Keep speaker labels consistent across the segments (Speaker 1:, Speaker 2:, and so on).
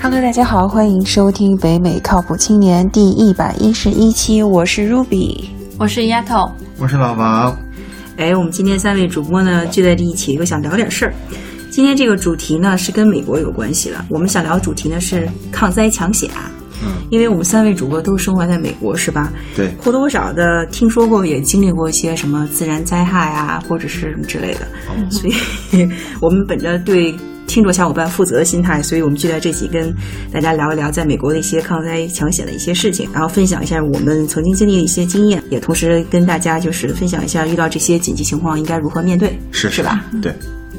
Speaker 1: Hello，大家好，欢迎收听《北美靠谱青年》第一百一十一期，我是 Ruby。
Speaker 2: 我是丫头，
Speaker 3: 我是老王，
Speaker 4: 哎，我们今天三位主播呢聚在这一起，又想聊点事儿。今天这个主题呢是跟美国有关系的，我们想聊的主题呢是抗灾抢险。啊
Speaker 3: 嗯，
Speaker 4: 因为我们三位主播都生活在美国，是吧？
Speaker 3: 对
Speaker 4: 或多或少的听说过，也经历过一些什么自然灾害啊，或者是什么之类的。 所以，我们本着对听众小伙伴负责的心态，所以我们聚在这起跟大家聊一聊在美国的一些抗灾抢险的一些事情，然后分享一下我们曾经经历的一些经验，也同时跟大家就是分享一下遇到这些紧急情况应该如何面对，
Speaker 3: 是嗯
Speaker 4: 是吧？？
Speaker 3: 对，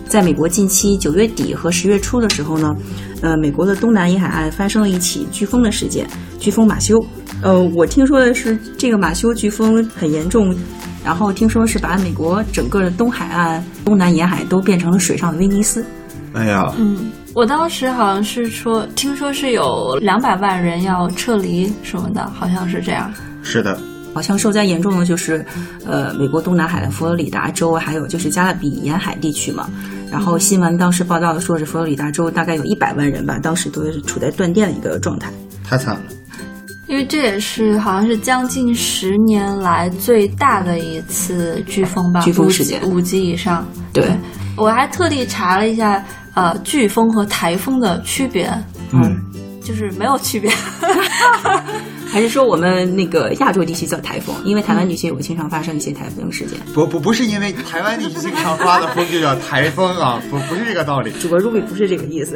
Speaker 4: 在美国近期九月底和十月初的时候呢，呃，美国的东南沿海岸发生了一起飓风的事件，飓风马修。呃，我听说的是这个马修飓风很严重，然后听说是把美国整个的东海岸、东南沿海都变成了水上的威尼斯。
Speaker 3: 哎呀，
Speaker 2: 嗯我当时好像是说，听说是有两百万人要撤离什么的，好像是这样。
Speaker 3: 是的，
Speaker 4: 好像受灾严重的就是，呃，美国东南海的佛罗里达州，啊还有就是加勒比沿海地区嘛。然后新闻当时报道说是佛罗里达州大概有一百万人吧，当时都是处在断电的一个状态。
Speaker 3: 太惨了，
Speaker 2: 因为这也是好像是将近十年来最大的一次飓风吧，
Speaker 4: 飓风
Speaker 2: 五
Speaker 4: 事
Speaker 2: 级
Speaker 4: 件
Speaker 2: 五级以上。
Speaker 4: 对
Speaker 2: 我还特地查了一下，呃，飓风和台风的区别，
Speaker 3: 嗯，
Speaker 2: 就是没有区 别。
Speaker 4: 还是说我们那个亚洲地区叫台风，因为台湾地区有经常发生一些台风事件。
Speaker 3: 不不不是因为台湾地区经常刮的风就叫台风啊， 不不是这个道理，
Speaker 4: 主播 Ruby 不是这个意思，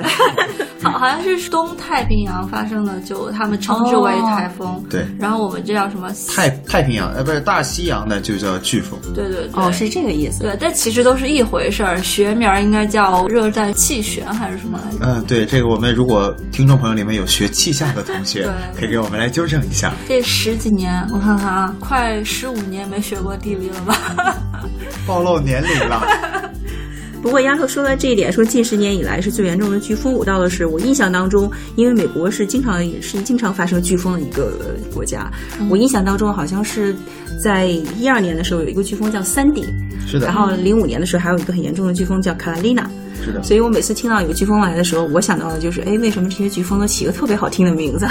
Speaker 2: 好，好像是东太平洋发生的，就他们称之为
Speaker 4: 哦
Speaker 2: 台风。
Speaker 3: 对，
Speaker 2: 然后我们这叫什么？
Speaker 3: 太太平洋呃不是大西洋的就叫飓风，
Speaker 2: 对对对，
Speaker 4: 哦，是这个意思。
Speaker 2: 对，但其实都是一回事儿，学名儿应该叫热带气旋还是什么来着？
Speaker 3: 嗯，对，这个我们如果听众朋友里面有学气象的同学，
Speaker 2: 对
Speaker 3: 可以给我们来纠正一下，
Speaker 2: 这十几年，我看看啊，快十五年没学过地理了吧？
Speaker 3: 暴露年龄 了，
Speaker 4: 不过丫头说到这一点，说近十年以来是最严重的飓风。我倒的是我印象当中，因为美国是经常是经常发生飓风的一个呃国家，我印象当中好像是在一二年的时候有一个飓风叫三迪，
Speaker 3: 是的
Speaker 4: 然，后零五年的时候还有一个很严重的飓风叫卡拉丽娜。
Speaker 3: 是的，
Speaker 4: 所以我每次听到有飓风来的时候，我想到的就是，哎，为什么这些飓风都起个特别好听的名字？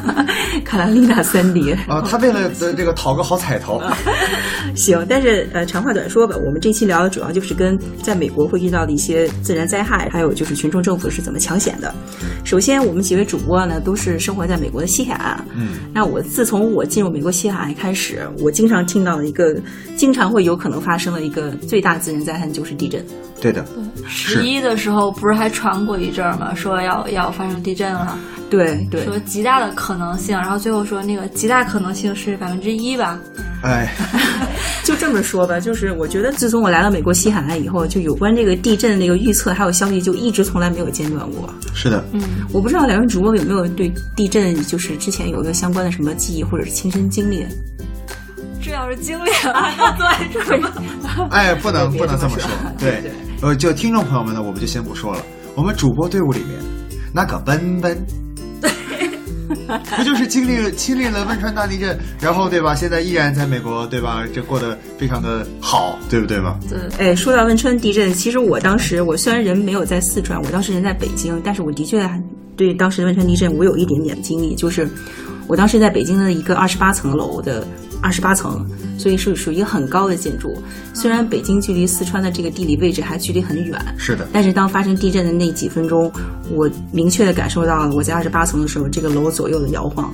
Speaker 4: 卡拉丽娜三迪。
Speaker 3: 啊，他为了呃这个讨个好彩头，
Speaker 4: 行，但是呃，长话短说吧，我们这期聊的主要就是跟在美国会遇到的一些自然灾害，还有就是群众政府是怎么抢险的。
Speaker 3: 嗯
Speaker 4: 首先，我们几位主播呢都是生活在美国的西海岸。
Speaker 3: 嗯，
Speaker 4: 那我自从我进入美国西海岸开始，我经常听到的一个经常会有可能发生的一个最大自然灾害就是地震。
Speaker 3: 对的，
Speaker 2: 十一的时候不是还传过一阵儿吗？说要要发生地震了，
Speaker 4: 对对，
Speaker 2: 说极大的可能性，然后最后说那个极大可能性是百分之一吧。
Speaker 3: 哎，
Speaker 4: 就这么说吧，就是我觉得自从我来到美国西海岸以后，就有关这个地震的那个预测还有消息，就一直从来没有间断过。
Speaker 3: 是的，
Speaker 2: 嗯，
Speaker 4: 我不知道两位主播有没有对地震，就是之前有一个相关的什么记忆或者是亲身经历？
Speaker 2: 这要是经历了，要算什么？
Speaker 3: 哎，不能
Speaker 4: 别
Speaker 3: 不能
Speaker 4: 这
Speaker 3: 这
Speaker 4: 么
Speaker 3: 么
Speaker 4: 说
Speaker 3: 说，
Speaker 4: 对对
Speaker 3: 对，呃，就听众朋友们呢，我们就先不说了。我们主播队伍里面，那个温 温，对，不就是经历了经历了汶川大地震，然后对吧？现在依然在美国，对吧？这过得非常的好，对不对嘛？
Speaker 2: 对，
Speaker 4: 哎，说到汶川地震，其实我当时我虽然人没有在四川，我当时人在北京，但是我的确还对当时的汶川地震我有一点点经历，就是我当时在北京的一个二十八层楼的二十八层，所以是属于很高的建筑。虽然北京距离四川的这个地理位置还距离很远，
Speaker 3: 是的，
Speaker 4: 但是当发生地震的那几分钟，我明确的感受到了我在二十八层的时候，这个楼左右的摇晃。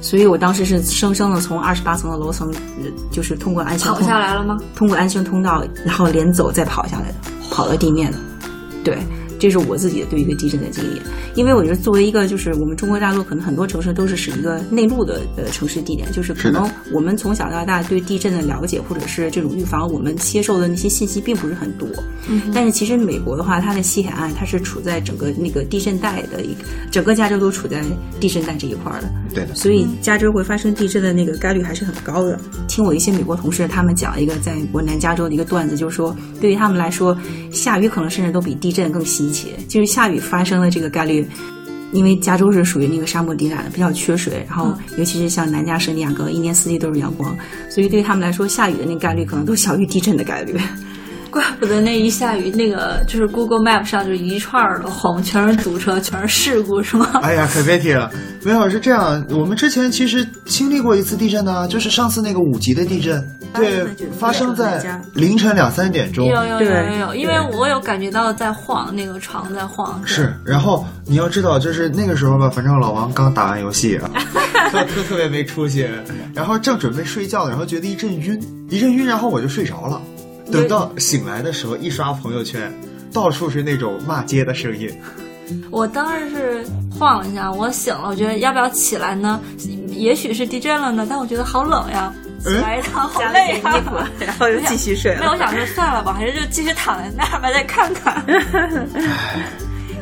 Speaker 4: 所以我当时是生生的从二十八层的楼层，呃就是通过安全
Speaker 2: 跑
Speaker 4: 通
Speaker 2: 下来了吗？
Speaker 4: 通过安全通道，然后连走再跑下来的，跑到地面的。对，这是我自己对一个地震的经历。因为我觉得作为一个就是我们中国大陆可能很多城市都是是一个内陆的呃城市地点，就是可
Speaker 3: 是的
Speaker 4: 能我们从小到大对地震的了解或者是这种预防，我们接受的那些信息并不是很多。
Speaker 3: 嗯
Speaker 4: 但是其实美国的话，它的西海岸它是处在整个那个地震带的一个，整个加州都处在地震带这一块儿的。
Speaker 3: 对的，
Speaker 4: 所以
Speaker 2: 嗯
Speaker 4: 加州会发生地震的那个概率还是很高的。听我一些美国同事他们讲一个在美国南加州的一个段子，就是说对于他们来说，下雨可能甚至都比地震更稀奇，就是下雨发生的这个概率。因为加州是属于那个沙漠地带的，比较缺水，然后
Speaker 2: 嗯
Speaker 4: 尤其是像南加圣地亚哥，一年四季都是阳光，所以对于他们来说，下雨的那个概率可能都小于地震的概率。
Speaker 2: 怪不得那一下雨，那个就是 Google Map 上就一串儿的红，全是堵车，全是事故，是吗？
Speaker 3: 哎呀，可别提了。没有是这样，我们之前其实经历过一次地震呢、就是上次那个五级的地震，对
Speaker 4: 发生在九龙，
Speaker 3: 发生
Speaker 4: 九
Speaker 3: 在
Speaker 4: 龙
Speaker 3: 凌晨两三点钟
Speaker 2: 有。有有有有，
Speaker 4: 对
Speaker 2: 因为我有感觉到在晃，那个床在晃。对
Speaker 3: 是，然后你要知道，就是那个时候吧，反正老王刚打完游戏 啊，特特特别没出息，然后正准备睡觉呢，然后觉得一阵晕，一阵晕，然后我就睡着了。等到醒来的时候，一刷朋友圈，到处是那种骂街的声 音。
Speaker 2: 我当时是晃了一下，我醒了，我觉得要不要起来呢？也许是地震了呢，但我觉得好冷呀，起来一趟 好
Speaker 4: 加了
Speaker 2: 累
Speaker 4: 件
Speaker 2: 啊呀
Speaker 4: 衣。服，然后就继续睡
Speaker 2: 没有，我
Speaker 4: 了。
Speaker 2: 想说算了吧，还是就继续躺在那儿吧，再看看。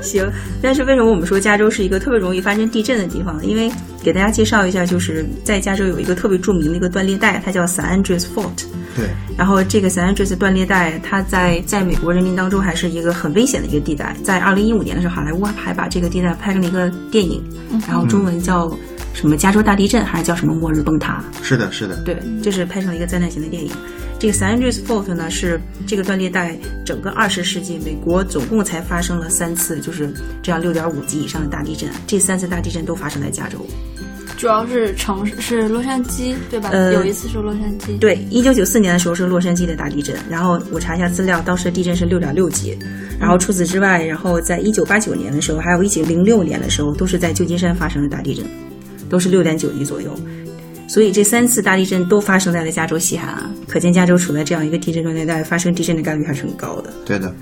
Speaker 4: 行，但是为什么我们说加州是一个特别容易发生地震的地方呢？因为给大家介绍一下，就是在加州有一个特别著名的一个断裂带，它叫 San Andreas Fault。
Speaker 3: 对，
Speaker 4: 然后这个 San Andreas 断裂带，它在在美国人民当中还是一个很危险的一个地带。在二零一五年的时候，好莱坞还把这个地带拍成了一个电影，然后中文叫什么《加州大地震》还是叫什么《末日崩塌》？
Speaker 3: 是的，是的。
Speaker 4: 对，这是拍成了一个灾难型的电影。这个 San Andreas Fault 呢，是这个断裂带整个二十世纪美国总共才发生了三次，就是这样六点五级以上的大地震。啊这三次大地震都发生在加州。
Speaker 2: 主要是城市是洛杉矶对吧？
Speaker 4: 呃
Speaker 2: 有一次是洛杉矶。
Speaker 4: 对，一九九四年的时候是洛杉矶的大地震，然后我查一下资料，当时的地震是六点六级。然后除此之外，然后在一九八九年的时候，还有一九零六年的时候，都是在旧金山发生的大地震，都是六点九级左右。所以这三次大地震都发生在了加州西海岸，可见加州处在这样一个地震断裂带，发生地震的概率还是很高的。
Speaker 3: 对的，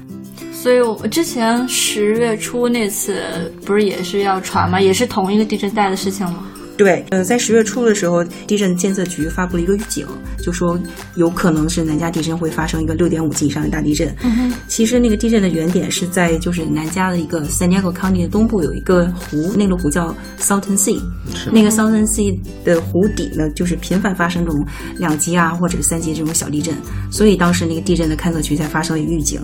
Speaker 2: 所以我之前十月初那次不是也是要传吗？也是同一个地震带的事情吗？
Speaker 4: 对，呃，在十月初的时候，地震监测局发布了一个预警，就说有可能是南加地震会发生一个六点五级以上的大地震。其实那个地震的原点是在就是南加的一个 San Diego County 的东部有一个湖，那个湖叫 Salton Sea，
Speaker 3: 是
Speaker 4: 那个 Southern Sea 的湖底呢，就是频繁发生这种两级啊或者是三级这种小地震，所以当时那个地震的勘测局才发生了预警。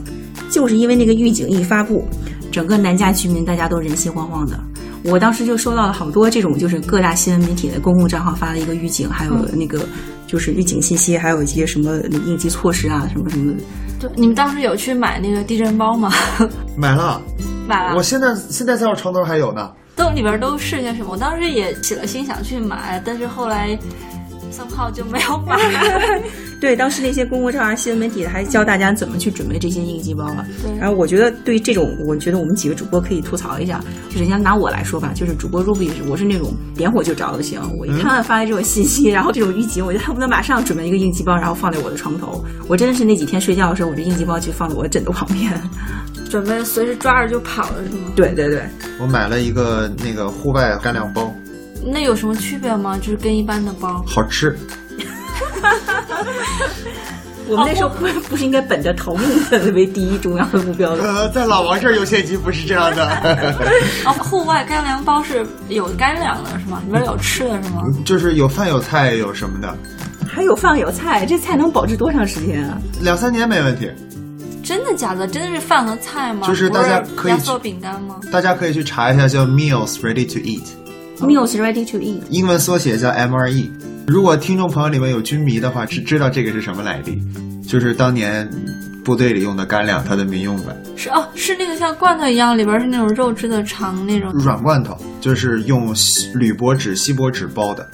Speaker 4: 就是因为那个预警一发布，整个南加居民大家都人心惶惶的。我当时就收到了好多这种，就是各大新闻媒体的公共账号发的一个预警，还有那个就是预警信息，还有一些什么应急措施啊，什么什么的。
Speaker 2: 对，你们当时有去买那个地震包吗？
Speaker 3: 买了，
Speaker 2: 买
Speaker 3: 我
Speaker 2: 了，
Speaker 3: 现在现在在我床头还有呢。
Speaker 2: 都里边都是些什么？我当时也起了心想去买，但是后来 somehow 就没有买。
Speaker 4: 对，当时那些公共账号、新闻媒体还教大家怎么去准备这些应急包啊。
Speaker 2: 对
Speaker 4: 然后我觉得对这种，我觉得我们几个主播可以吐槽一下，就是人家拿我来说吧，就是主播 Ruby，我是那种点火就着的型，我一看到发来这种信息，然后这种预警，我就恨不得马上准备一个应急包，然后放在我的床头。我真的是那几天睡觉的时候，我这应急包就放在我的枕头旁边。
Speaker 2: 准备随时抓着就跑了是吗？
Speaker 4: 对对对，
Speaker 3: 我买了一个那个户外干粮包，
Speaker 2: 那有什么区别吗？就是跟一般的包。
Speaker 3: 好吃。
Speaker 4: 我们那时候不不是应该本着逃命为第一重要的目标 的？
Speaker 3: 呃，在老王这儿优先级不是这样的，
Speaker 2: 哦，户外干粮包是有干粮的是吗？里边有吃的是吗？
Speaker 3: 就是有饭有菜有什么的，
Speaker 4: 还有饭有菜，这菜能保质多长时间啊？
Speaker 3: 两三年没问题。
Speaker 2: 真的假的？真的是饭和菜吗？
Speaker 3: 就是大家可以
Speaker 2: 不是压缩饼干吗？
Speaker 3: 大家可以去查一下，叫 Meals Ready to Eat，
Speaker 4: Meals ready to eat。
Speaker 3: 英文缩写叫 MRE。如果听众朋友里面有军迷的话，知知道这个是什么来历，就是当年部队里用的干粮，它的民用版
Speaker 2: 是哦，是那个像罐头一样，里边是那种肉质的肠那种
Speaker 3: 软罐头，就是用铝箔纸、锡箔纸包的。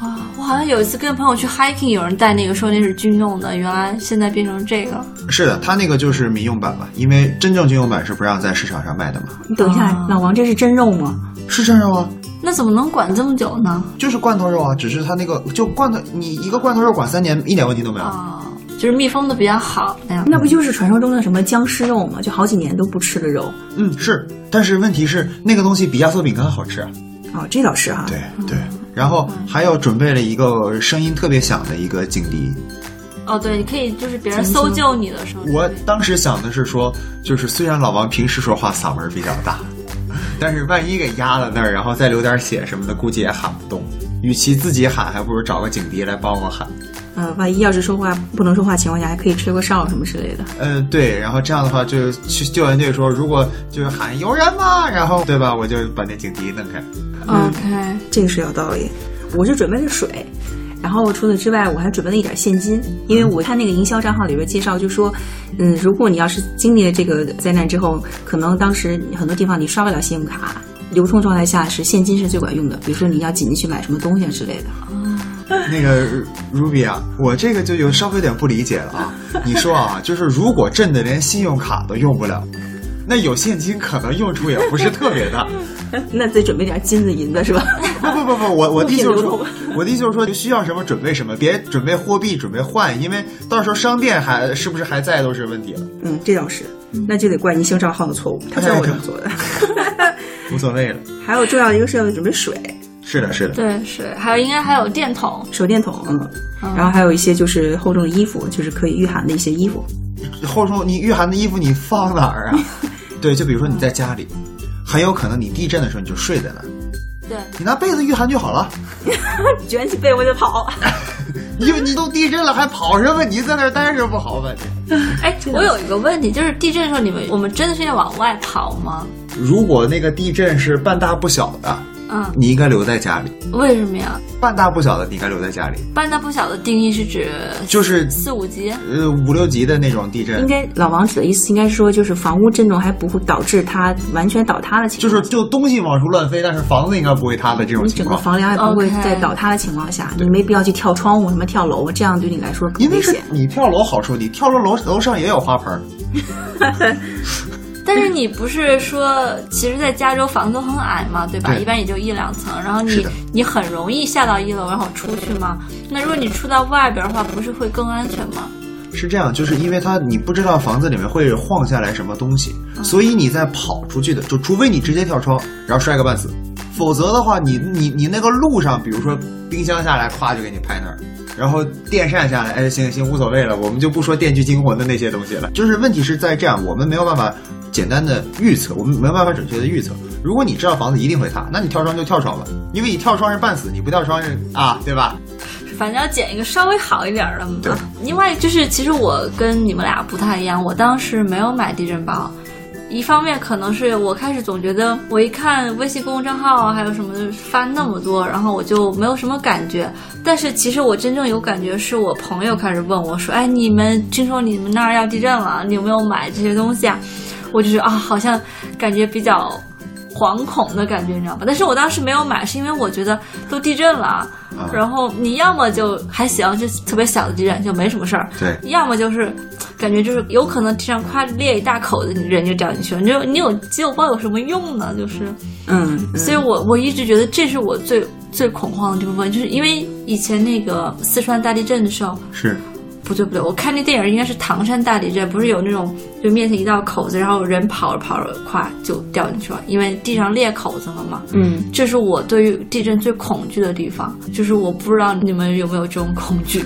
Speaker 2: 啊。我好像有一次跟朋友去 hiking，有人带那个说那是军用的，原来现在变成这个了。
Speaker 3: 是的，它那个就是民用版嘛，因为真正军用版是不让在市场上卖的嘛。
Speaker 4: 你等一下，
Speaker 2: 啊
Speaker 4: 老王，这是真肉吗？
Speaker 3: 是真肉啊，
Speaker 2: 那怎么能管这么久呢？
Speaker 3: 就是罐头肉啊，只是它那个就罐头，你一个罐头肉管三年一点问题都没有。
Speaker 2: 啊，就是密封的比较好那样。
Speaker 4: 那不就是传说中的什么僵尸肉吗？就好几年都不吃的肉。
Speaker 3: 嗯，是，但是问题是那个东西比压缩饼干好吃啊。
Speaker 4: 哦，这倒是哈、
Speaker 3: 对对，然后还有准备了一个声音特别响的一个警笛。
Speaker 2: 哦，对，你可以就是别人搜救你的时候，
Speaker 3: 我当时想的是说，就是虽然老王平时说话嗓门比较大， 但是万一给压了那儿，然后再流点血什么的，估计也喊不动。与其自己喊，还不如找个警笛来帮我喊。
Speaker 4: 呃，万一要是说话不能说话情况下，还可以吹个哨什么之类的。
Speaker 3: 嗯，对，然后这样的话，就去救援队说，如果就是喊有人吗？然后对吧，我就把那警笛弄开。
Speaker 2: OK，
Speaker 3: 嗯
Speaker 4: 这个是有道理。我是准备了水，然后除此之外，我还准备了一点现金，因为我看那个营销账号里边介绍，就说，嗯，如果你要是经历了这个灾难之后，可能当时很多地方你刷不了信用卡，流通状态下是现金是最管用的，比如说你要紧急去买什么东西啊之类的。
Speaker 3: 那个 Ruby 啊，我这个就有稍微有点不理解了啊。你说啊，就是如果朕的连信用卡都用不了，那有现金可能用处也不是特别大。
Speaker 4: 那得准备点金子银子是吧？
Speaker 3: 不不不不，我我的意思就是
Speaker 4: 物
Speaker 3: 说
Speaker 4: 品，
Speaker 3: 我的意思就是说，需要什么准备什么，别准备货币，准备换，因为到时候商店还是不是还在都是问题了，
Speaker 4: 嗯，这倒是，那就得怪营销账号的错误，他知道我这么做的。哎
Speaker 3: 无所谓了。
Speaker 4: 还有重要的一个是要准备水、
Speaker 3: 是的，是的，
Speaker 2: 对，是，还有应该还有电筒，
Speaker 4: 手电筒，嗯，然后还有一些就是厚重的衣服，就是可以御寒的一些衣服。
Speaker 3: 后说你御寒的衣服你放哪儿啊？ 对，就比如说你在家里，很有可能你地震的时候你就睡在那儿，
Speaker 2: 对，
Speaker 3: 你拿被子御寒就好了。
Speaker 4: 卷起被窝就跑。
Speaker 3: 你你都地震了还跑什么？你在那儿待着不好吗？你
Speaker 2: 哎，我有一个问题，就是地震的时候，你们我们真的是要往外跑吗？
Speaker 3: 如果那个地震是半大不小的，
Speaker 2: 嗯，
Speaker 3: 你应该留在家里；
Speaker 2: 为什么呀？
Speaker 3: 半大不小的，你应该留在家里。
Speaker 2: 半大不小的定义是指
Speaker 3: 就是
Speaker 2: 四五级，
Speaker 3: 呃五六级的那种 地
Speaker 4: 应
Speaker 3: 震，
Speaker 4: 该老王指的意思应该是说，就是房屋震动还不会导致它完全倒塌的情
Speaker 3: 就
Speaker 4: 况
Speaker 3: 是
Speaker 4: 下，
Speaker 3: 就东西往出乱飞，但是房子应该不会塌的这种
Speaker 4: 你
Speaker 3: 情
Speaker 4: 整个
Speaker 3: 况。
Speaker 4: 房梁还不会
Speaker 2: OK
Speaker 4: 在倒塌的情况下，你没必要去跳窗户、什么跳楼，这样对你来说
Speaker 3: 因
Speaker 4: 更
Speaker 3: 为
Speaker 4: 危
Speaker 3: 是
Speaker 4: 险。
Speaker 3: 你跳楼好处，你跳楼楼楼上也有花盆儿，
Speaker 2: 但是你不是说，其实，在加州房子都很矮嘛，对吧？
Speaker 3: 对
Speaker 2: 一般也就一两层，然后
Speaker 3: 是
Speaker 2: 你
Speaker 3: 的
Speaker 2: 你很容易下到一楼，然后出去嘛。那如果你出到外边的话，不是会更安全吗？
Speaker 3: 是这样，就是因为它你不知道房子里面会晃下来什么东西，所以你在跑出去的，就除非你直接跳窗，然后摔个半死，否则的话，你你你那个路上，比如说冰箱下来，咵就给你拍那儿。然后电扇下来，哎，行行，无所谓了，我们就不说《电锯惊魂》的那些东西了。就是问题是在这样，我们没有办法简单的预测，我们没有办法准确的预测。如果你知道房子一定会塌，那你跳窗就跳窗吧，因为你跳窗是半死，你不跳窗是啊，对吧？
Speaker 2: 反正要捡一个稍微好一点儿的
Speaker 3: 对
Speaker 2: 嘛。另外就是，其实我跟你们俩不太一样，我当时没有买地震包。一方面可能是我开始总觉得，我一看微信公众账号啊，还有什么的发那么多，然后我就没有什么感觉。但是其实我真正有感觉，是我朋友开始问我说：“哎，你们听说你们那儿要地震了，你有没有买这些东西啊？”我就觉得啊，好像感觉比较惶恐的感觉，你知道吧？但是我当时没有买，是因为我觉得都地震了啊，
Speaker 3: 啊
Speaker 2: 然后你要么就还行，就特别小的地震就没什么事儿，
Speaker 3: 对，
Speaker 2: 要么就是感觉就是有可能地上夸裂一大口子，你人就掉进去了，你就你有急救包有什么用呢？就是，
Speaker 4: 嗯，嗯
Speaker 2: 所以我我一直觉得这是我最最恐慌的这部分，就是因为以前那个四川大地震的时候，
Speaker 3: 是
Speaker 2: 不对不对，我看那电影应该是唐山大地震，不是有那种就面前一道口子，然后人跑着跑着，咵就掉进去了，因为地上裂口子了嘛。
Speaker 4: 嗯，
Speaker 2: 这是我对于地震最恐惧的地方，就是我不知道你们有没有这种恐惧。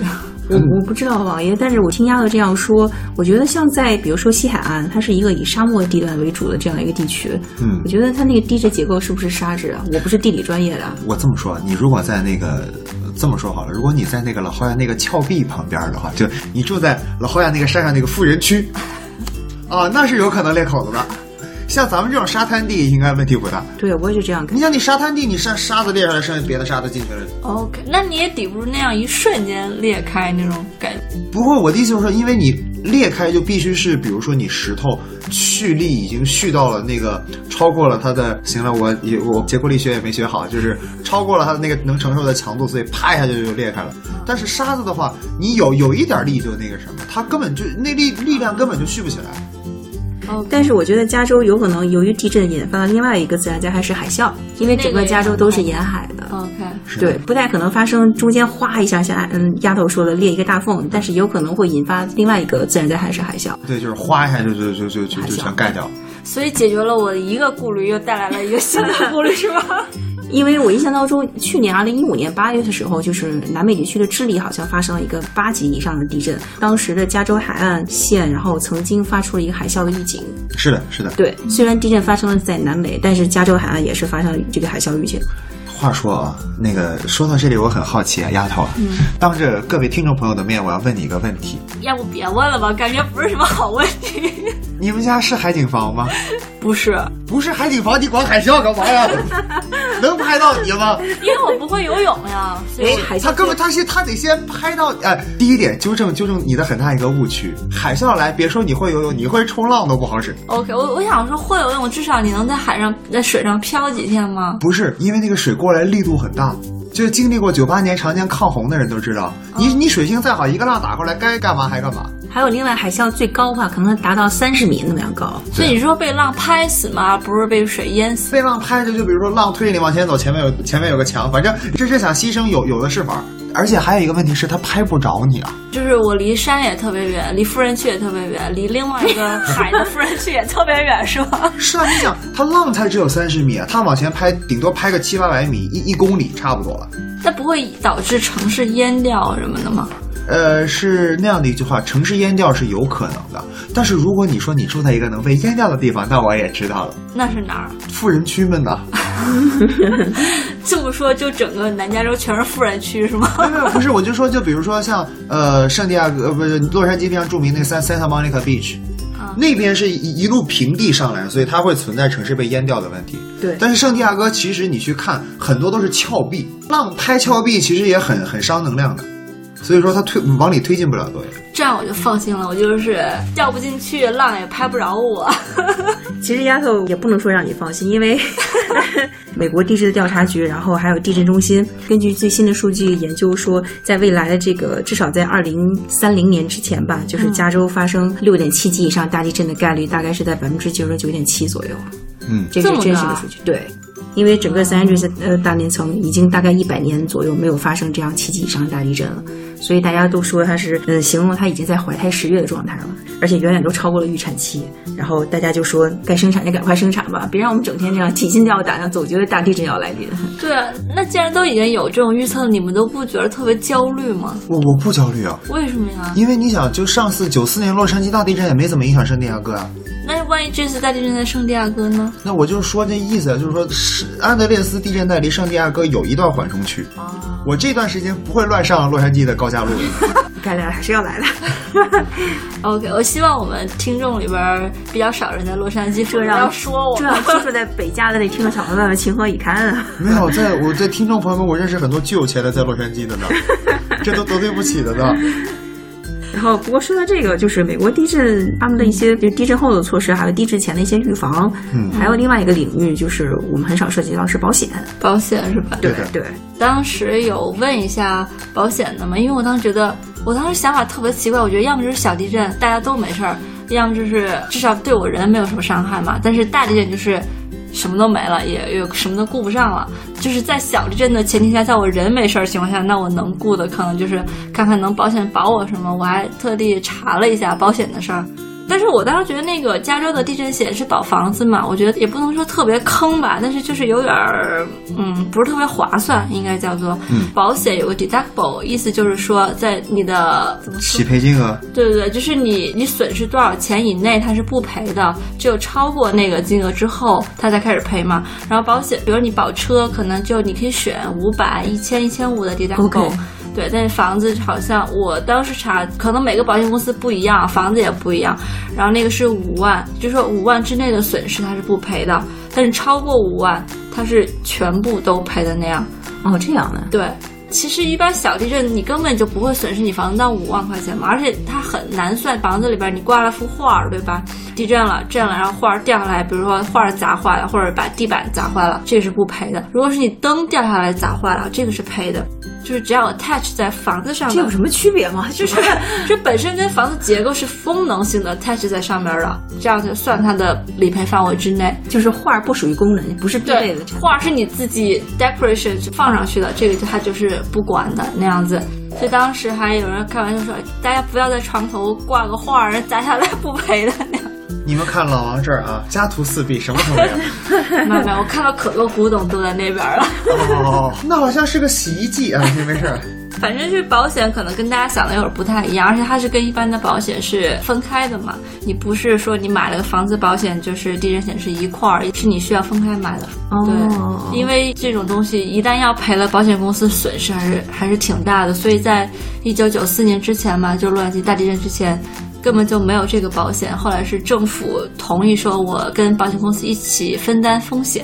Speaker 4: 我嗯我不知道王爷，但是我听丫头这样说，我觉得像在比如说西海岸，它是一个以沙漠地段为主的这样一个地区，
Speaker 3: 嗯
Speaker 4: 我觉得它那个地质结构是不是沙质啊？我不是地理专业的啊，
Speaker 3: 我这么说，你如果在那个呃这么说好了，如果你在那个老侯亚那个峭壁旁边的话，就你住在老侯亚那个山上那个富人区，啊，那是有可能裂口子的。像咱们这种沙滩地，应该问题不大。
Speaker 4: 对我也是这样感觉
Speaker 3: 你想，你沙滩地，你上沙子裂下来，剩下别的沙子进去了。
Speaker 2: OK，那你也抵不住那样一瞬间裂开那种感觉。
Speaker 3: 不过我的意思就是说，因为你裂开就必须是，比如说你石头蓄力已经蓄到了那个超过了它的，行了，我也我结构力学也没学好，就是超过了它的那个能承受的强度，所以啪一下就就裂开了。但是沙子的话，你有有一点力就那个什么，它根本就那力力量根本就蓄不起来。
Speaker 4: 但是我觉得加州有可能由于地震引发了另外一个自然灾害是海啸，因为整个加州都是沿海的，
Speaker 3: 哦
Speaker 2: OK，
Speaker 3: 是
Speaker 4: 对，不太可能发生中间哗一下下，嗯，丫头说的裂一个大缝，但是有可能会引发另外一嗯个自然灾害是海啸。
Speaker 3: 对，就是哗一下就就就就就就全盖掉了。
Speaker 2: 所以解决了我一个顾虑，又带来了一个新的 顾虑，是吧？
Speaker 4: 因为我印象当中，去年二零一五年八月的时候，就是南美地区的智利好像发生了一个八级以上的地震，当时的加州海岸线，然后曾经发出了一个海啸的预警。
Speaker 3: 是的，是的。
Speaker 4: 对，虽然地震发生了在南美，但是加州海岸也是发生了这个海啸预警。
Speaker 3: 话说啊，那个说到这里，我很好奇啊，丫头啊，当着各位听众朋友的面，我要问你一个问题：
Speaker 2: 要不别问了吧，感觉不是什么好问题。
Speaker 3: 你们家是海景房吗？
Speaker 2: 不是，
Speaker 3: 不是海景房，你管海啸干嘛呀？能拍到你吗？
Speaker 2: 因为我不会游泳呀，所以
Speaker 4: 哎，海
Speaker 3: 他
Speaker 4: 啸
Speaker 3: 根本他先他得先拍到呃，第一点纠正纠正你的很大一个误区，海啸来，别说你会游泳，你会冲浪都不好使。
Speaker 2: OK。我我想说会游泳，至少你能在海上在水上漂几天吗？
Speaker 3: 不是因为那个水过来力度很大，就是经历过九八年长江抗洪的人都知道，
Speaker 4: 哦
Speaker 3: 你你水性再好，一个浪打过来，该干嘛还干嘛。
Speaker 4: 还有另外海啸最高的话，可能达到三十米那么样高。
Speaker 2: 所以你说被浪拍死吗？不是被水淹死？
Speaker 3: 被浪拍着，就比如说浪推你往前走，前面有前面有个墙，反正这是想牺牲有有的是法儿。而且还有一个问题是，他拍不着你啊。
Speaker 2: 就是我离山也特别远，离富人区也特别远，离另外一个海的富人 区也特别远，是吧？
Speaker 3: 是啊，你想，他浪才只有三十米啊，他往前拍顶多拍个七八百米，一一公里差不多了。
Speaker 2: 那不会导致城市淹掉什么的吗？
Speaker 3: 呃，是那样的一句话，城市淹掉是有可能的，但是如果你说你住在一个能被淹掉的地方，那我也知道了。
Speaker 2: 那是哪儿？
Speaker 3: 富人区们 呢？
Speaker 2: 这么说，就整个南加州全是富人区是吗？
Speaker 3: 没有，不是，我就说，就比如说像呃圣地亚哥，呃不是洛杉矶非常著名那三 Santa Monica Beach，、
Speaker 2: 啊
Speaker 3: 那边是一一路平地上来，所以它会存在城市被淹掉的问题。
Speaker 4: 对
Speaker 3: 但是圣地亚哥其实你去看，很多都是峭壁，浪拍峭壁其实也很很伤能量的，所以说它推往里推进不了多远。
Speaker 2: 这样我就放心了，我就是掉不进去，浪也拍不着我。
Speaker 4: 其实丫头也不能说让你放心，因为 美国地质调查局，然后还有地震中心，根据最新的数据研究说，在未来的这个至少在二零三零年之前吧，就是加州发生六点七级以上大地震的概率大概是在百分之九十九点七左右。
Speaker 3: 嗯，
Speaker 4: 这是啊
Speaker 2: 这么
Speaker 4: 真
Speaker 2: 高
Speaker 4: 实的数据，对。因为整个 San Andreas 呃大年层已经大概一百年左右没有发生这样七级以上的大地震了，所以大家都说它是嗯形容它已经在怀胎十月的状态了，而且远远都超过了预产期。然后大家就说该生产就赶快生产吧，别让我们整天这样提心吊胆的，总觉得大地震要来临。
Speaker 2: 对啊，那既然都已经有这种预测，你们都不觉得特别焦虑吗？
Speaker 3: 我我不焦虑啊，
Speaker 2: 为什么呀？
Speaker 3: 因为你想，就上次九四年洛杉矶大地震也没怎么影响圣地亚哥啊。
Speaker 2: 那万一这次大地震在圣地亚哥呢？
Speaker 3: 那我就说这意思，啊就是说是安德烈斯地震带离圣地亚哥有一段缓冲区。我这段时间不会乱上洛杉矶的高架路的。
Speaker 4: 该来了还是要来 的，
Speaker 2: OK，我希望我们听众里边儿比较少人在洛杉矶，
Speaker 4: 这
Speaker 2: 不
Speaker 4: 让
Speaker 2: 要说我
Speaker 4: 这让居住在北加的那听众小伙伴们情何以堪啊！
Speaker 3: 没有，在我在听众朋友们，我认识很多巨有钱的在洛杉矶的呢，这都得罪不起的呢。
Speaker 4: 然后，不过说到这个，就是美国地震他们的一些，就是地震后的措施，还有地震前的一些预防，
Speaker 3: 嗯
Speaker 4: 还有另外一个领域，就是我们很少涉及到是保险，
Speaker 2: 保险是吧？
Speaker 3: 对
Speaker 4: 对
Speaker 3: 的
Speaker 4: 对，
Speaker 2: 当时有问一下保险的嘛，因为我当时觉得，我当时想法特别奇怪，我觉得要么就是小地震，大家都没事儿；要么就是至少对我人没有什么伤害嘛。但是大地震就是什么都没了，也也什么都顾不上了。就是在小地震的前提下，在我人没事儿的情况下，那我能顾的可能就是看看能保险保我什么。我还特地查了一下保险的事儿。但是我当时觉得那个加州的地震险是保房子嘛，我觉得也不能说特别坑吧，但是就是有点儿，嗯，不是特别划算，应该叫做。
Speaker 3: 嗯
Speaker 2: 保险有个 deductible，意思就是说在你的怎么
Speaker 3: 匹配金额，
Speaker 2: 对对对，就是你你损失多少钱以内它是不赔的，只有超过那个金额之后它才开始赔嘛。然后保险，比如你保车，可能就你可以选五百、一千、一千五的 deductible。
Speaker 4: OK
Speaker 2: 对，但是房子好像我当时查，可能每个保险公司不一样，房子也不一样。然后那个是五万，就是说五万之内的损失它是不赔的，但是超过五万它是全部都赔的那样。
Speaker 4: 哦，这样的，
Speaker 2: 对，其实一般小地震你根本就不会损失你房子到五万块钱嘛，而且它很难算。房子里边你挂了幅画儿，对吧？地震了，震了，然后画儿掉下来，比如说画儿砸坏了，或者把地板砸坏了，这是不赔的。如果是你灯掉下来砸坏了，这个是赔的。就是只要 attach 在房子上
Speaker 4: 这
Speaker 2: 面
Speaker 4: 有，什么区别吗？ 就
Speaker 2: 就是是这本身跟房子结构是功能性的 attach 在上面了，这样就算它的理赔范围之内。
Speaker 4: 就是画儿不属于功能，不是必备
Speaker 2: 对
Speaker 4: 的产，品。
Speaker 2: 画是你自己 decoration 放上去的，这个就它就是不管的那样子。所以当时还有人开玩笑说，大家不要在床头挂个画儿，砸下来不赔的那样。
Speaker 3: 你们看老王这儿啊，家徒四壁，什么都没有。
Speaker 2: 没有没有，我看到可多古董都在那边了。
Speaker 3: 哦，那好像是个洗衣机啊，你没事儿。
Speaker 2: 反正是保险，可能跟大家想的有点不太一样，而且它是跟一般的保险是分开的嘛。你不是说你买了个房子保险，就是地震险是一块儿，是你需要分开买的。
Speaker 4: 哦
Speaker 2: 对，因为这种东西一旦要赔了，保险公司损失还是还是挺大的。所以在一九九四年之前嘛，就洛杉矶大地震之前。根本就没有这个保险，后来是政府同意说，我跟保险公司一起分担风险，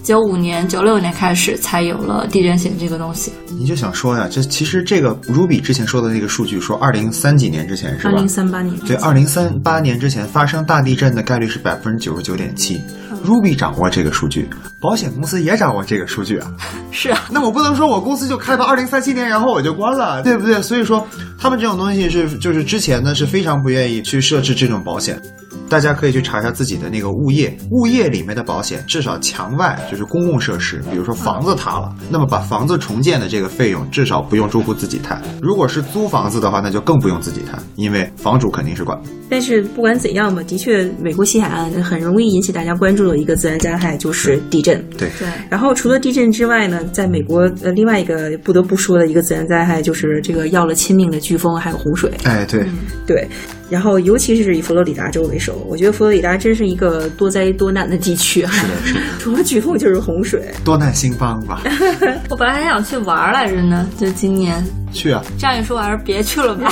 Speaker 2: 九五年、九六年开始才有了地震险这个东西。
Speaker 3: 你就想说呀，这其实这个 Ruby 之前说的那个数据，说二零三几年之前是
Speaker 4: 二
Speaker 3: 吧
Speaker 4: 零？三八年，
Speaker 3: 对，二零三八年之前发生大地震的概率是百分之九十九点七，Ruby 掌握这个数据，保险公司也掌握这个数据啊。
Speaker 2: 是啊，
Speaker 3: 那我不能说我公司就开到二零三七年，然后我就关了，对不对？所以说，他们这种东西是就是之前呢是非常不愿意去设置这种保险。大家可以去查一下自己的那个物业，物业里面的保险，至少墙外就是公共设施，比如说房子塌了，那么把房子重建的这个费用至少不用住户自己摊。如果是租房子的话，那就更不用自己摊，因为房主肯定是管。
Speaker 4: 但是不管怎样吧，的确，美国西海岸很容易引起大家关注的一个自然灾害就是地震。
Speaker 3: 对，
Speaker 2: 对，
Speaker 4: 然后除了地震之外呢，在美国呃，另外一个不得不说的一个自然灾害就是这个要了亲命的飓风还有洪水。
Speaker 3: 哎，对，
Speaker 4: 对，然后尤其是以佛罗里达州为首，我觉得佛罗里达真是一个多灾多难的地区啊， 除了飓风就是洪水。
Speaker 3: 多难兴邦 吧，
Speaker 2: 我本来还想去玩儿来着呢，就今年。
Speaker 3: 去啊！
Speaker 2: 这样一说，我还是别去 了吧。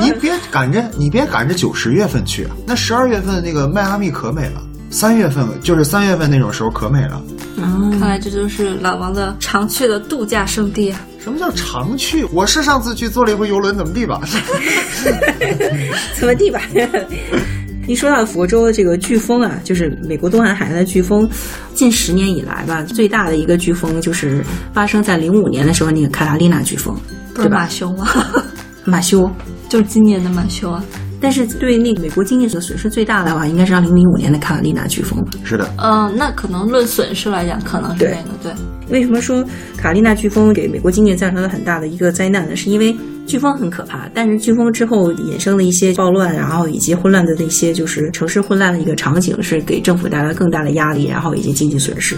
Speaker 3: 你别赶着，你别赶着九十月份去啊！那十二月份那个迈阿密可美了，三月份就是三月份那种时候可美了。
Speaker 4: 嗯，
Speaker 2: 看来这就是老王的常去的度假胜地啊。
Speaker 3: 什么叫常去？我是上次去坐了一回游轮，怎么地吧？
Speaker 4: 怎么地吧？ 一说到佛州这个飓风啊，就是美国东南海岸的飓风，近十年以来吧，最大的一个飓风就是发生在零五年的时候那个卡塔利娜飓风，
Speaker 2: 不是马修吗？
Speaker 4: 马修。
Speaker 2: 就是今年的马修啊。
Speaker 4: 但是对那个美国经济的损失最大的话，应该是二零零五年的卡塔利娜飓风吧。
Speaker 3: 是的，
Speaker 2: 嗯、那可能论损失来讲，可能是
Speaker 4: 对
Speaker 2: 那个对。
Speaker 4: 为什么说卡利娜飓风给美国经济造成了很大的一个灾难呢？是因为飓风很可怕，但是飓风之后衍生了一些暴乱，然后以及混乱的那些就是城市混乱的一个场景，是给政府带来更大的压力，然后以及经济损失。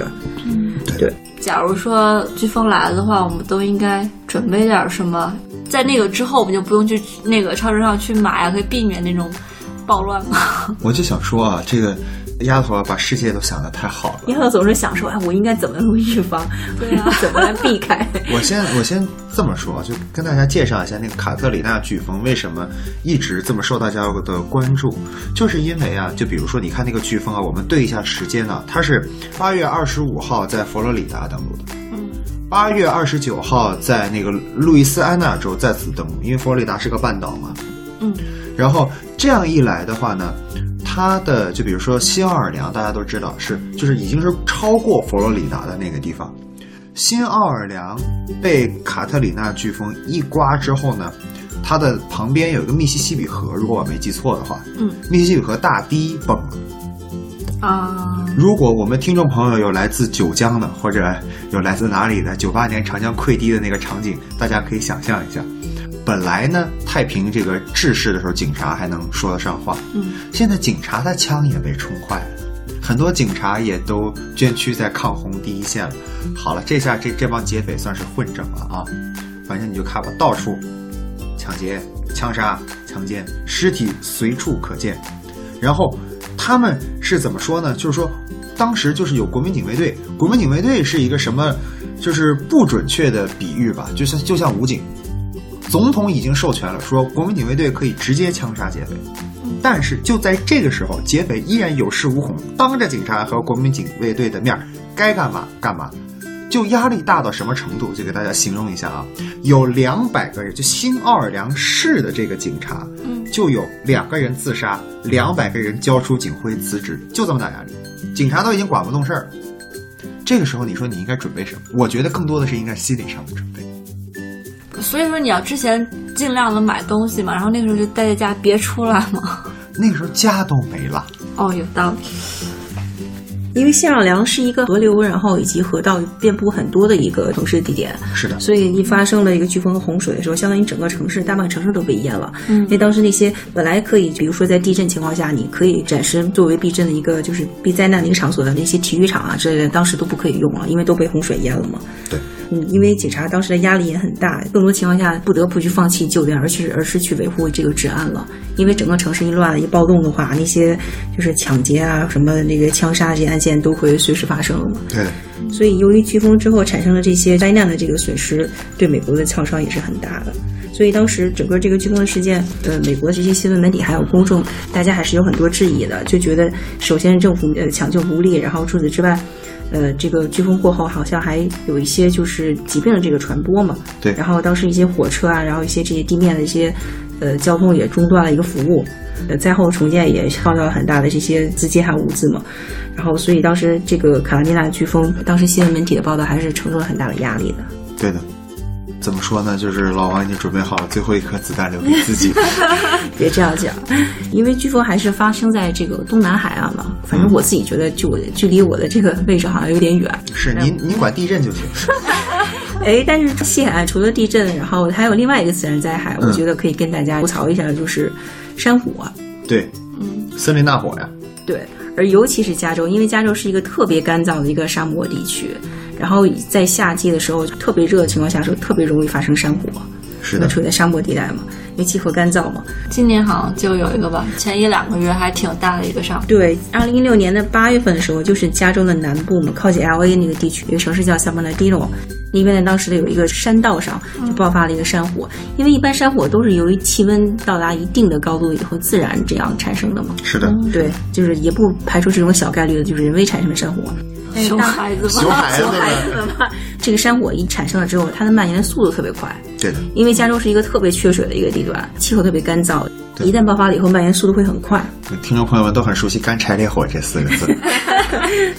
Speaker 2: 假如说飓风来了的话，我们都应该准备点什么？在那个之后，我们就不用去那个超市上去买啊，可以避免那种暴乱嘛。
Speaker 3: 我就想说啊，这个丫头啊，把世界都想得太好了。
Speaker 4: 一号总是想说，哎，我应该怎么预防？
Speaker 2: 对啊
Speaker 4: 怎么来避开？
Speaker 3: 我先我先这么说，啊就跟大家介绍一下那个卡特里娜飓风为什么一直这么受大家的关注，就是因为啊，就比如说你看那个飓风啊，我们对一下时间呢、它是八月二十五号在佛罗里达登陆的，
Speaker 2: 嗯，
Speaker 3: 八月二十九号在那个路易斯安那州再次登陆，因为佛罗里达是个半岛嘛，
Speaker 2: 嗯，
Speaker 3: 然后这样一来的话呢，它的就比如说新奥尔良，大家都知道是就是已经是超过佛罗里达的那个地方。新奥尔良被卡特里娜飓风一刮之后呢，它的旁边有一个密西西比河，如果我没记错的话，
Speaker 2: 嗯，
Speaker 3: 密西西比河大堤崩了。
Speaker 2: 啊，
Speaker 3: 如果我们听众朋友有来自九江的，或者有来自哪里的九八年长江溃堤的那个场景，大家可以想象一下。本来呢，太平这个治世的时候，警察还能说得上话，
Speaker 2: 嗯，
Speaker 3: 现在警察的枪也被冲坏了，很多警察也都捐躯在抗洪第一线了。好了，这下这这帮劫匪算是混整了啊，反正你就看吧，到处抢劫、枪杀、强奸，尸体随处可见。然后他们是怎么说呢？就是说，当时就是有国民警卫队，国民警卫队是一个什么，就是不准确的比喻吧，就像就像武警，总统已经授权了，说国民警卫队可以直接枪杀劫匪。但是就在这个时候，劫匪依然有恃无恐，当着警察和国民警卫队的面儿，该干嘛干嘛。就压力大到什么程度？就给大家形容一下啊，有两百个人，就新奥尔良市的这个警察，
Speaker 2: 嗯
Speaker 3: 就有两个人自杀，两百个人交出警徽辞职，就这么大压力，警察都已经管不动事儿了。这个时候，你说你应该准备什么？我觉得更多的是应该心理上的准备。
Speaker 2: 所以说你要之前尽量的买东西嘛，然后那个时候就待在家，别出来嘛。
Speaker 3: 那个时候家都没了，
Speaker 2: 哦，有道理。
Speaker 4: 因为新奥尔良是一个河流，然后以及河道遍布很多的一个城市地点，
Speaker 3: 是的，
Speaker 4: 所以一发生了一个飓风和洪水的时候，相当于整个城市大半个城市都被淹了。
Speaker 2: 嗯
Speaker 4: 因为当时那些本来可以，比如说在地震情况下，你可以暂时作为避震的一个就是避灾难的一个场所的那些体育场啊之类的，当时都不可以用了，因为都被洪水淹了嘛。
Speaker 3: 对，
Speaker 4: 嗯，因为警察当时的压力也很大，更多情况下不得不去放弃救援，而去而是去维护这个治安了。因为整个城市一乱了、一暴动的话，那些就是抢劫啊、什么那个枪杀这些案件都会随时发生了嘛。
Speaker 3: 对的，
Speaker 4: 所以，由于飓风之后产生了这些灾难的这个损失，对美国的创伤也是很大的。所以当时整个这个飓风的事件，呃，美国这些新闻媒体还有公众，大家还是有很多质疑的，就觉得首先政府呃抢救无力，然后除此之外。呃，这个飓风过后，好像还有一些就是疾病的这个传播嘛。
Speaker 3: 对
Speaker 4: 然后当时一些火车啊，然后一些这些地面的一些，呃，交通也中断了一个服务。呃，灾后重建也耗掉了很大的这些资金还有物资嘛。然后，所以当时这个卡罗尼娜飓风，当时新闻媒体的报道还是承受了很大的压力的。
Speaker 3: 对的。怎么说呢？就是老王已经准备好了最后一颗子弹留给自 己。
Speaker 4: 别这样讲，因为飓风还是发生在这个东南海岸嘛。反
Speaker 3: 嗯
Speaker 4: 正我自己觉得，就我距离我的这个位置好像有点远。
Speaker 3: 是您，您管地震就行。
Speaker 4: 哎，但是西海岸除了地震，然后还有另外一个自然灾害，
Speaker 3: 嗯
Speaker 4: 我觉得可以跟大家吐槽一下，就是山火。
Speaker 3: 对，
Speaker 2: 嗯，
Speaker 3: 森林大火呀。
Speaker 4: 对，而尤其是加州，因为加州是一个特别干燥的一个沙漠地区，然后在夏季的时候特别热的情况下的时候，特别容易发生山火，
Speaker 3: 是
Speaker 4: 因为
Speaker 3: 的，
Speaker 4: 处在沙漠地带嘛，因为气候干燥嘛。
Speaker 2: 今年好像就有一个吧，前一两个月还挺大的一个上，
Speaker 4: 对，二零一六年的八月份的时候，就是加州的南部嘛，靠近 L A 那个地区，有一个城市叫 San Bernardino，那边呢当时的有一个山道上就爆发了一个山火，因为一般山火都是由于气温到达一定的高度以后自然这样产生的嘛。
Speaker 3: 是的。
Speaker 4: 对，就是也不排除这种小概率的，就是人为产生的山火。但是
Speaker 2: 熊
Speaker 4: 大
Speaker 2: 孩子
Speaker 3: 熊
Speaker 2: 吧，
Speaker 3: 哎孩子们，
Speaker 4: 怎么？这个山火一产生了之后，它的蔓延的速度特别快，
Speaker 3: 对的，
Speaker 4: 因为加州是一个特别缺水的一个地段，气候特别干燥，
Speaker 3: 对
Speaker 4: 一旦爆发了以后，蔓延速度会很快。
Speaker 3: 听众朋友们都很熟悉“干柴烈火”这四个 字。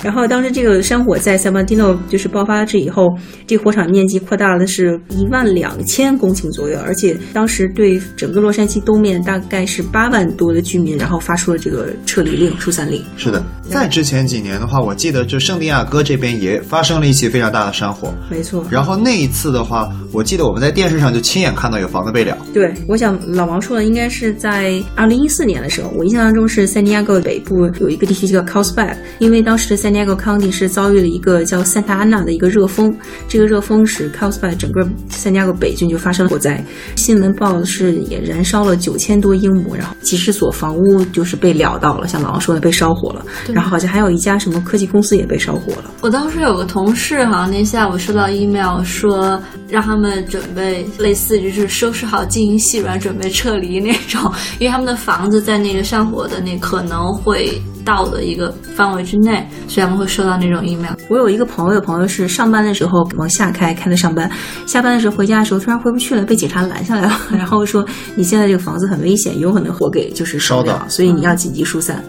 Speaker 4: 然后当时这个山火在 San Bernardino 就是爆发这以后，这火场面积扩大了是一万两千公顷左右，而且当时对整个洛杉矶东面大概是八万多的居民，然后发出了这个撤离令、疏散令。
Speaker 3: 是的，在之前几年的话，我记得就圣地亚哥这边也发生了一起非常大的山火。
Speaker 4: 没错，
Speaker 3: 然后那一次的话，我记得我们在电视上就亲眼看到有房子被燎。
Speaker 4: 对，我想老王说的应该是在二零一四年的时候，我印象当中是圣地亚哥北部有一个地区叫 Carlsbad，因为当时的圣地亚哥 county 是遭遇了一个叫圣塔安娜的一个热风，这个热风使 Carlsbad 整个圣地亚哥北郡就发生了火灾，新闻报的是也燃烧了九千多英亩，然后几十所房屋就是被燎到了，像老王说的被烧火了，然后好像还有一家什么科技公司也被烧火了，
Speaker 2: 我当时有个同事，好像那天下午收到 email 说，让他们准备类似于就是收拾好金银细软，准备撤离那种，因为他们的房子在那个山火的那可能会到的一个范围之内，所以他们会收到那种 email。
Speaker 4: 我有一个朋友的朋友是上班的时候往下开，开到上班，下班的时候回家的时候突然回不去了，被警察拦下来了， 然后说你现在这个房子很危险，有可能火给就是烧
Speaker 3: 烧
Speaker 4: 掉
Speaker 3: 到，
Speaker 4: 所以你要紧急疏散。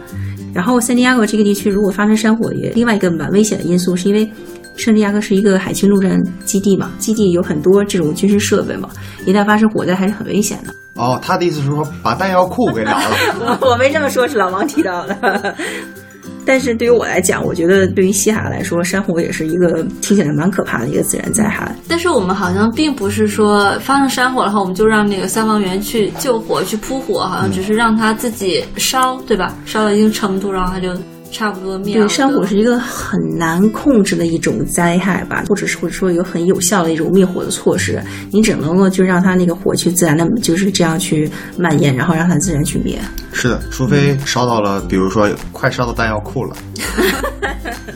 Speaker 4: 然后圣地亚哥这个地区如果发生山火，也另外一个蛮危险的因素是因为。圣地亚哥是一个海军陆战基地嘛，基地有很多这种军事设备嘛，一旦发生火灾还是很危险的。
Speaker 3: 哦，他的意思是说把弹药库给燎了。
Speaker 4: 我我没这么说，是老王提到的。 但是对于我来讲，我觉得对于西海岸来说，山火也是一个听起来蛮可怕的一个自然灾害。
Speaker 2: 但是我们好像并不是说发生山火，然后我们就让那个消防员去救火、去扑火，好像只是让它自己烧，对吧？烧到一定程度，然后它就差不多灭了。
Speaker 4: 对，山火是一个很难控制的一种灾害吧，或者是或者说有很有效的一种灭火的措施，你只能够就让它那个火去自然的，就是这样去蔓延，然后让它自然去灭。
Speaker 3: 是的，除非烧到了，比如说快烧到弹药库 了，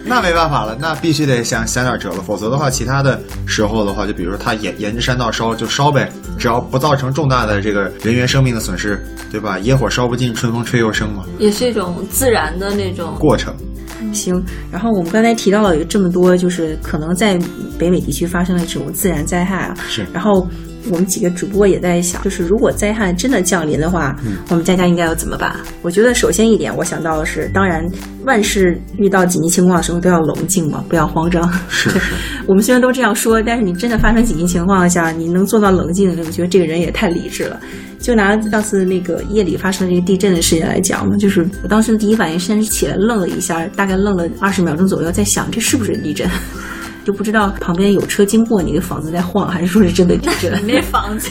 Speaker 3: 那没办法了，那必须得想想点辙了，否则的话，其他的时候的话，就比如说他沿沿着山道烧就烧呗，只要不造成重大的这个人员生命的损失，对吧？野火烧不尽，春风吹又生嘛，
Speaker 2: 也是一种自然的那种
Speaker 3: 过程。
Speaker 4: 行，然后我们刚才提到了有这么多，就是可能在北美地区发生的这种自然灾害啊。
Speaker 3: 是
Speaker 4: 然后我们几个主播也在想，就是如果灾害真的降临的话，我们大家应该要怎么办？我觉得首先一点，我想到的是，当然万事遇到紧急情况的时候都要冷静嘛，不要慌张。
Speaker 3: 是是，
Speaker 4: 我们虽然都这样说，但是你真的发生紧急情况下，你能做到冷静，我觉得这个人也太理智了。就拿上次那个夜里发生的这个地震的事情来讲嘛，就是我当时第一反应先是起来愣了一下，大概愣了二十秒钟左右，在想这是不是地震，就不知道旁边有车经过，你的房子在晃，还是说是真的地震。
Speaker 2: 那房子。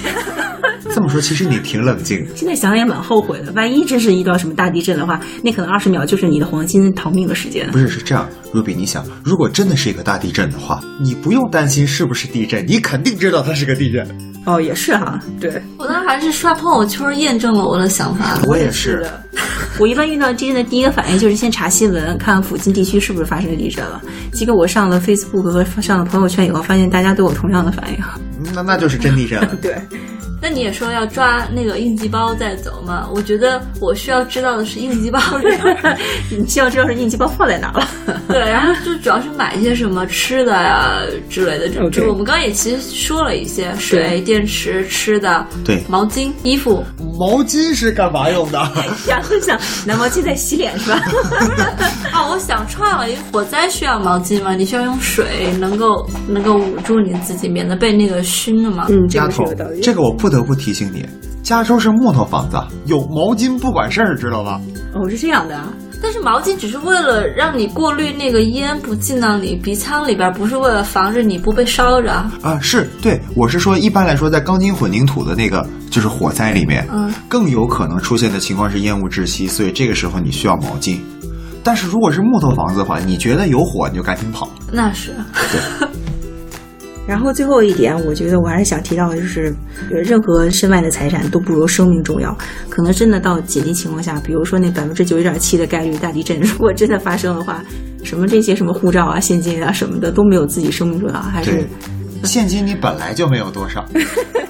Speaker 3: 这么说，其实你挺冷静的。
Speaker 4: 现在想想也蛮后悔的，万一真是遇到什么大地震的话，那可能二十秒就是你的黄金逃命的时间。
Speaker 3: 不是，是这样，如比，你想，如果真的是一个大地震的话，你不用担心是不是地震，你肯定知道它是个地震。
Speaker 4: 哦，也是哈，对。
Speaker 2: 我当时还是刷朋友圈验证了我的想法。
Speaker 3: 我也是，
Speaker 4: 我一般遇到地震的第一个反应就是先查新闻，看附近地区是不是发生地震了。结果我上了 Facebook 和上了朋友圈以后，发现大家都有同样的反应。
Speaker 3: 那那就是真地震了。
Speaker 4: 对，
Speaker 2: 那你也说要抓那个应急包再走嘛？我觉得我需要知道的是应急包是什么
Speaker 4: 你需要知道是应急包放在哪了。
Speaker 2: 对，然后就主要是买一些什么吃的呀、之类的。这
Speaker 4: OK
Speaker 2: 就我们刚刚也其实说了一些水、
Speaker 4: 对
Speaker 2: 电池、吃的、
Speaker 3: 对
Speaker 2: 毛巾、衣服。
Speaker 3: 毛巾是干嘛用的？
Speaker 4: 想就想，拿毛巾在洗脸是吧？
Speaker 2: 哦，我想串了，因为火灾需要毛巾嘛，你需要用水能够能够捂住你自己，免得被那个熏了嘛。
Speaker 4: 嗯，这
Speaker 3: 丫
Speaker 4: 个是
Speaker 3: 头
Speaker 4: 有道，理。
Speaker 3: 这个我不得不提醒你，加州是木头房子，有毛巾不管事儿，知道吧？
Speaker 4: 哦，是这样的啊。
Speaker 2: 但是毛巾只是为了让你过滤那个烟不进到你鼻腔里边，不是为了防止你不被烧着啊。
Speaker 3: 啊，是对，我是说，一般来说，在钢筋混凝土的那个就是火灾里面，
Speaker 2: 嗯，
Speaker 3: 更有可能出现的情况是烟雾窒息，所以这个时候你需要毛巾。但是如果是木头房子的话，你觉得有火你就赶紧跑。
Speaker 2: 那是，
Speaker 4: 然后最后一点，我觉得我还是想提到的就是，呃任何身外的财产都不如生命重要。可能真的到紧急情况下，比如说那百分之九十点七的概率大地震，如果真的发生的话， 什么这些什么护照啊、现金啊什么的都没有自己生命重要，还是
Speaker 3: 对，现金你本来就没有多少，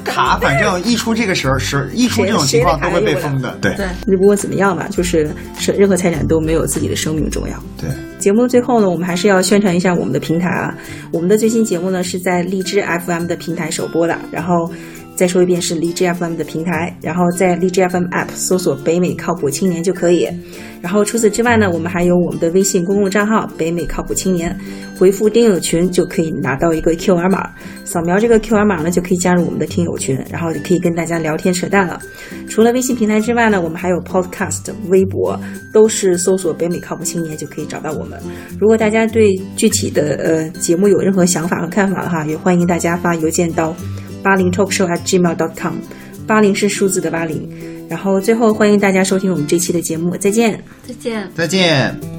Speaker 3: 卡反正一出这个时候时一出这种情况都会被封的。对
Speaker 2: 对
Speaker 4: 那不管怎么样吧，就是是任何财产都没有自己的生命重要。
Speaker 3: 对，
Speaker 4: 节目的最后呢，我们还是要宣传一下我们的平台啊。我们的最新节目呢是在荔枝 FM 的平台首播的，然后再说一遍是荔枝 FM 的平台，然后在荔枝 FM App 搜索“北美靠谱青年”就可以。然后除此之外呢，我们还有我们的微信公共账号“北美靠谱青年”，回复“丁友群”就可以拿到一个 QR 码，扫描这个 QR 码呢就可以加入我们的听友群，然后就可以跟大家聊天扯淡了。除了微信平台之外呢，我们还有 Podcast、微博，都是搜索“北美靠谱青年”就可以找到我们。如果大家对具体的呃节目有任何想法和看法的话，也欢迎大家发邮件到八零 talkshow at gmail dot com，八零是数字的八零。然后最后欢迎大家收听我们这期的节目，再见。
Speaker 2: 再见。
Speaker 3: 再见。